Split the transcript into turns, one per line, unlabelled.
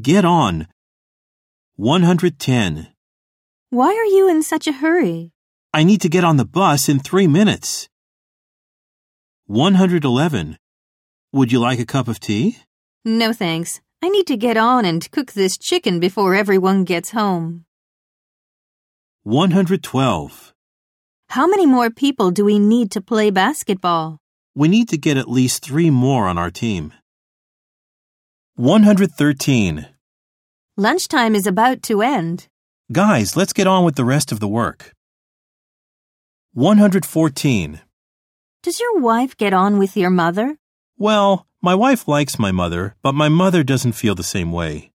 Get on. 110.
Why are you in such a hurry?
I need to get on the bus in three minutes. 111. Would you like a cup of tea?
No thanks. I need to get on and cook this chicken before everyone gets home.
112.
How many more people do we need to play basketball?
We need to get at least three more on our team. 113.
Lunchtime is about to end.
Guys, let's get on with the rest of the work. 114.
Does your wife get on with your mother?
Well, my wife likes my mother, but my mother doesn't feel the same way.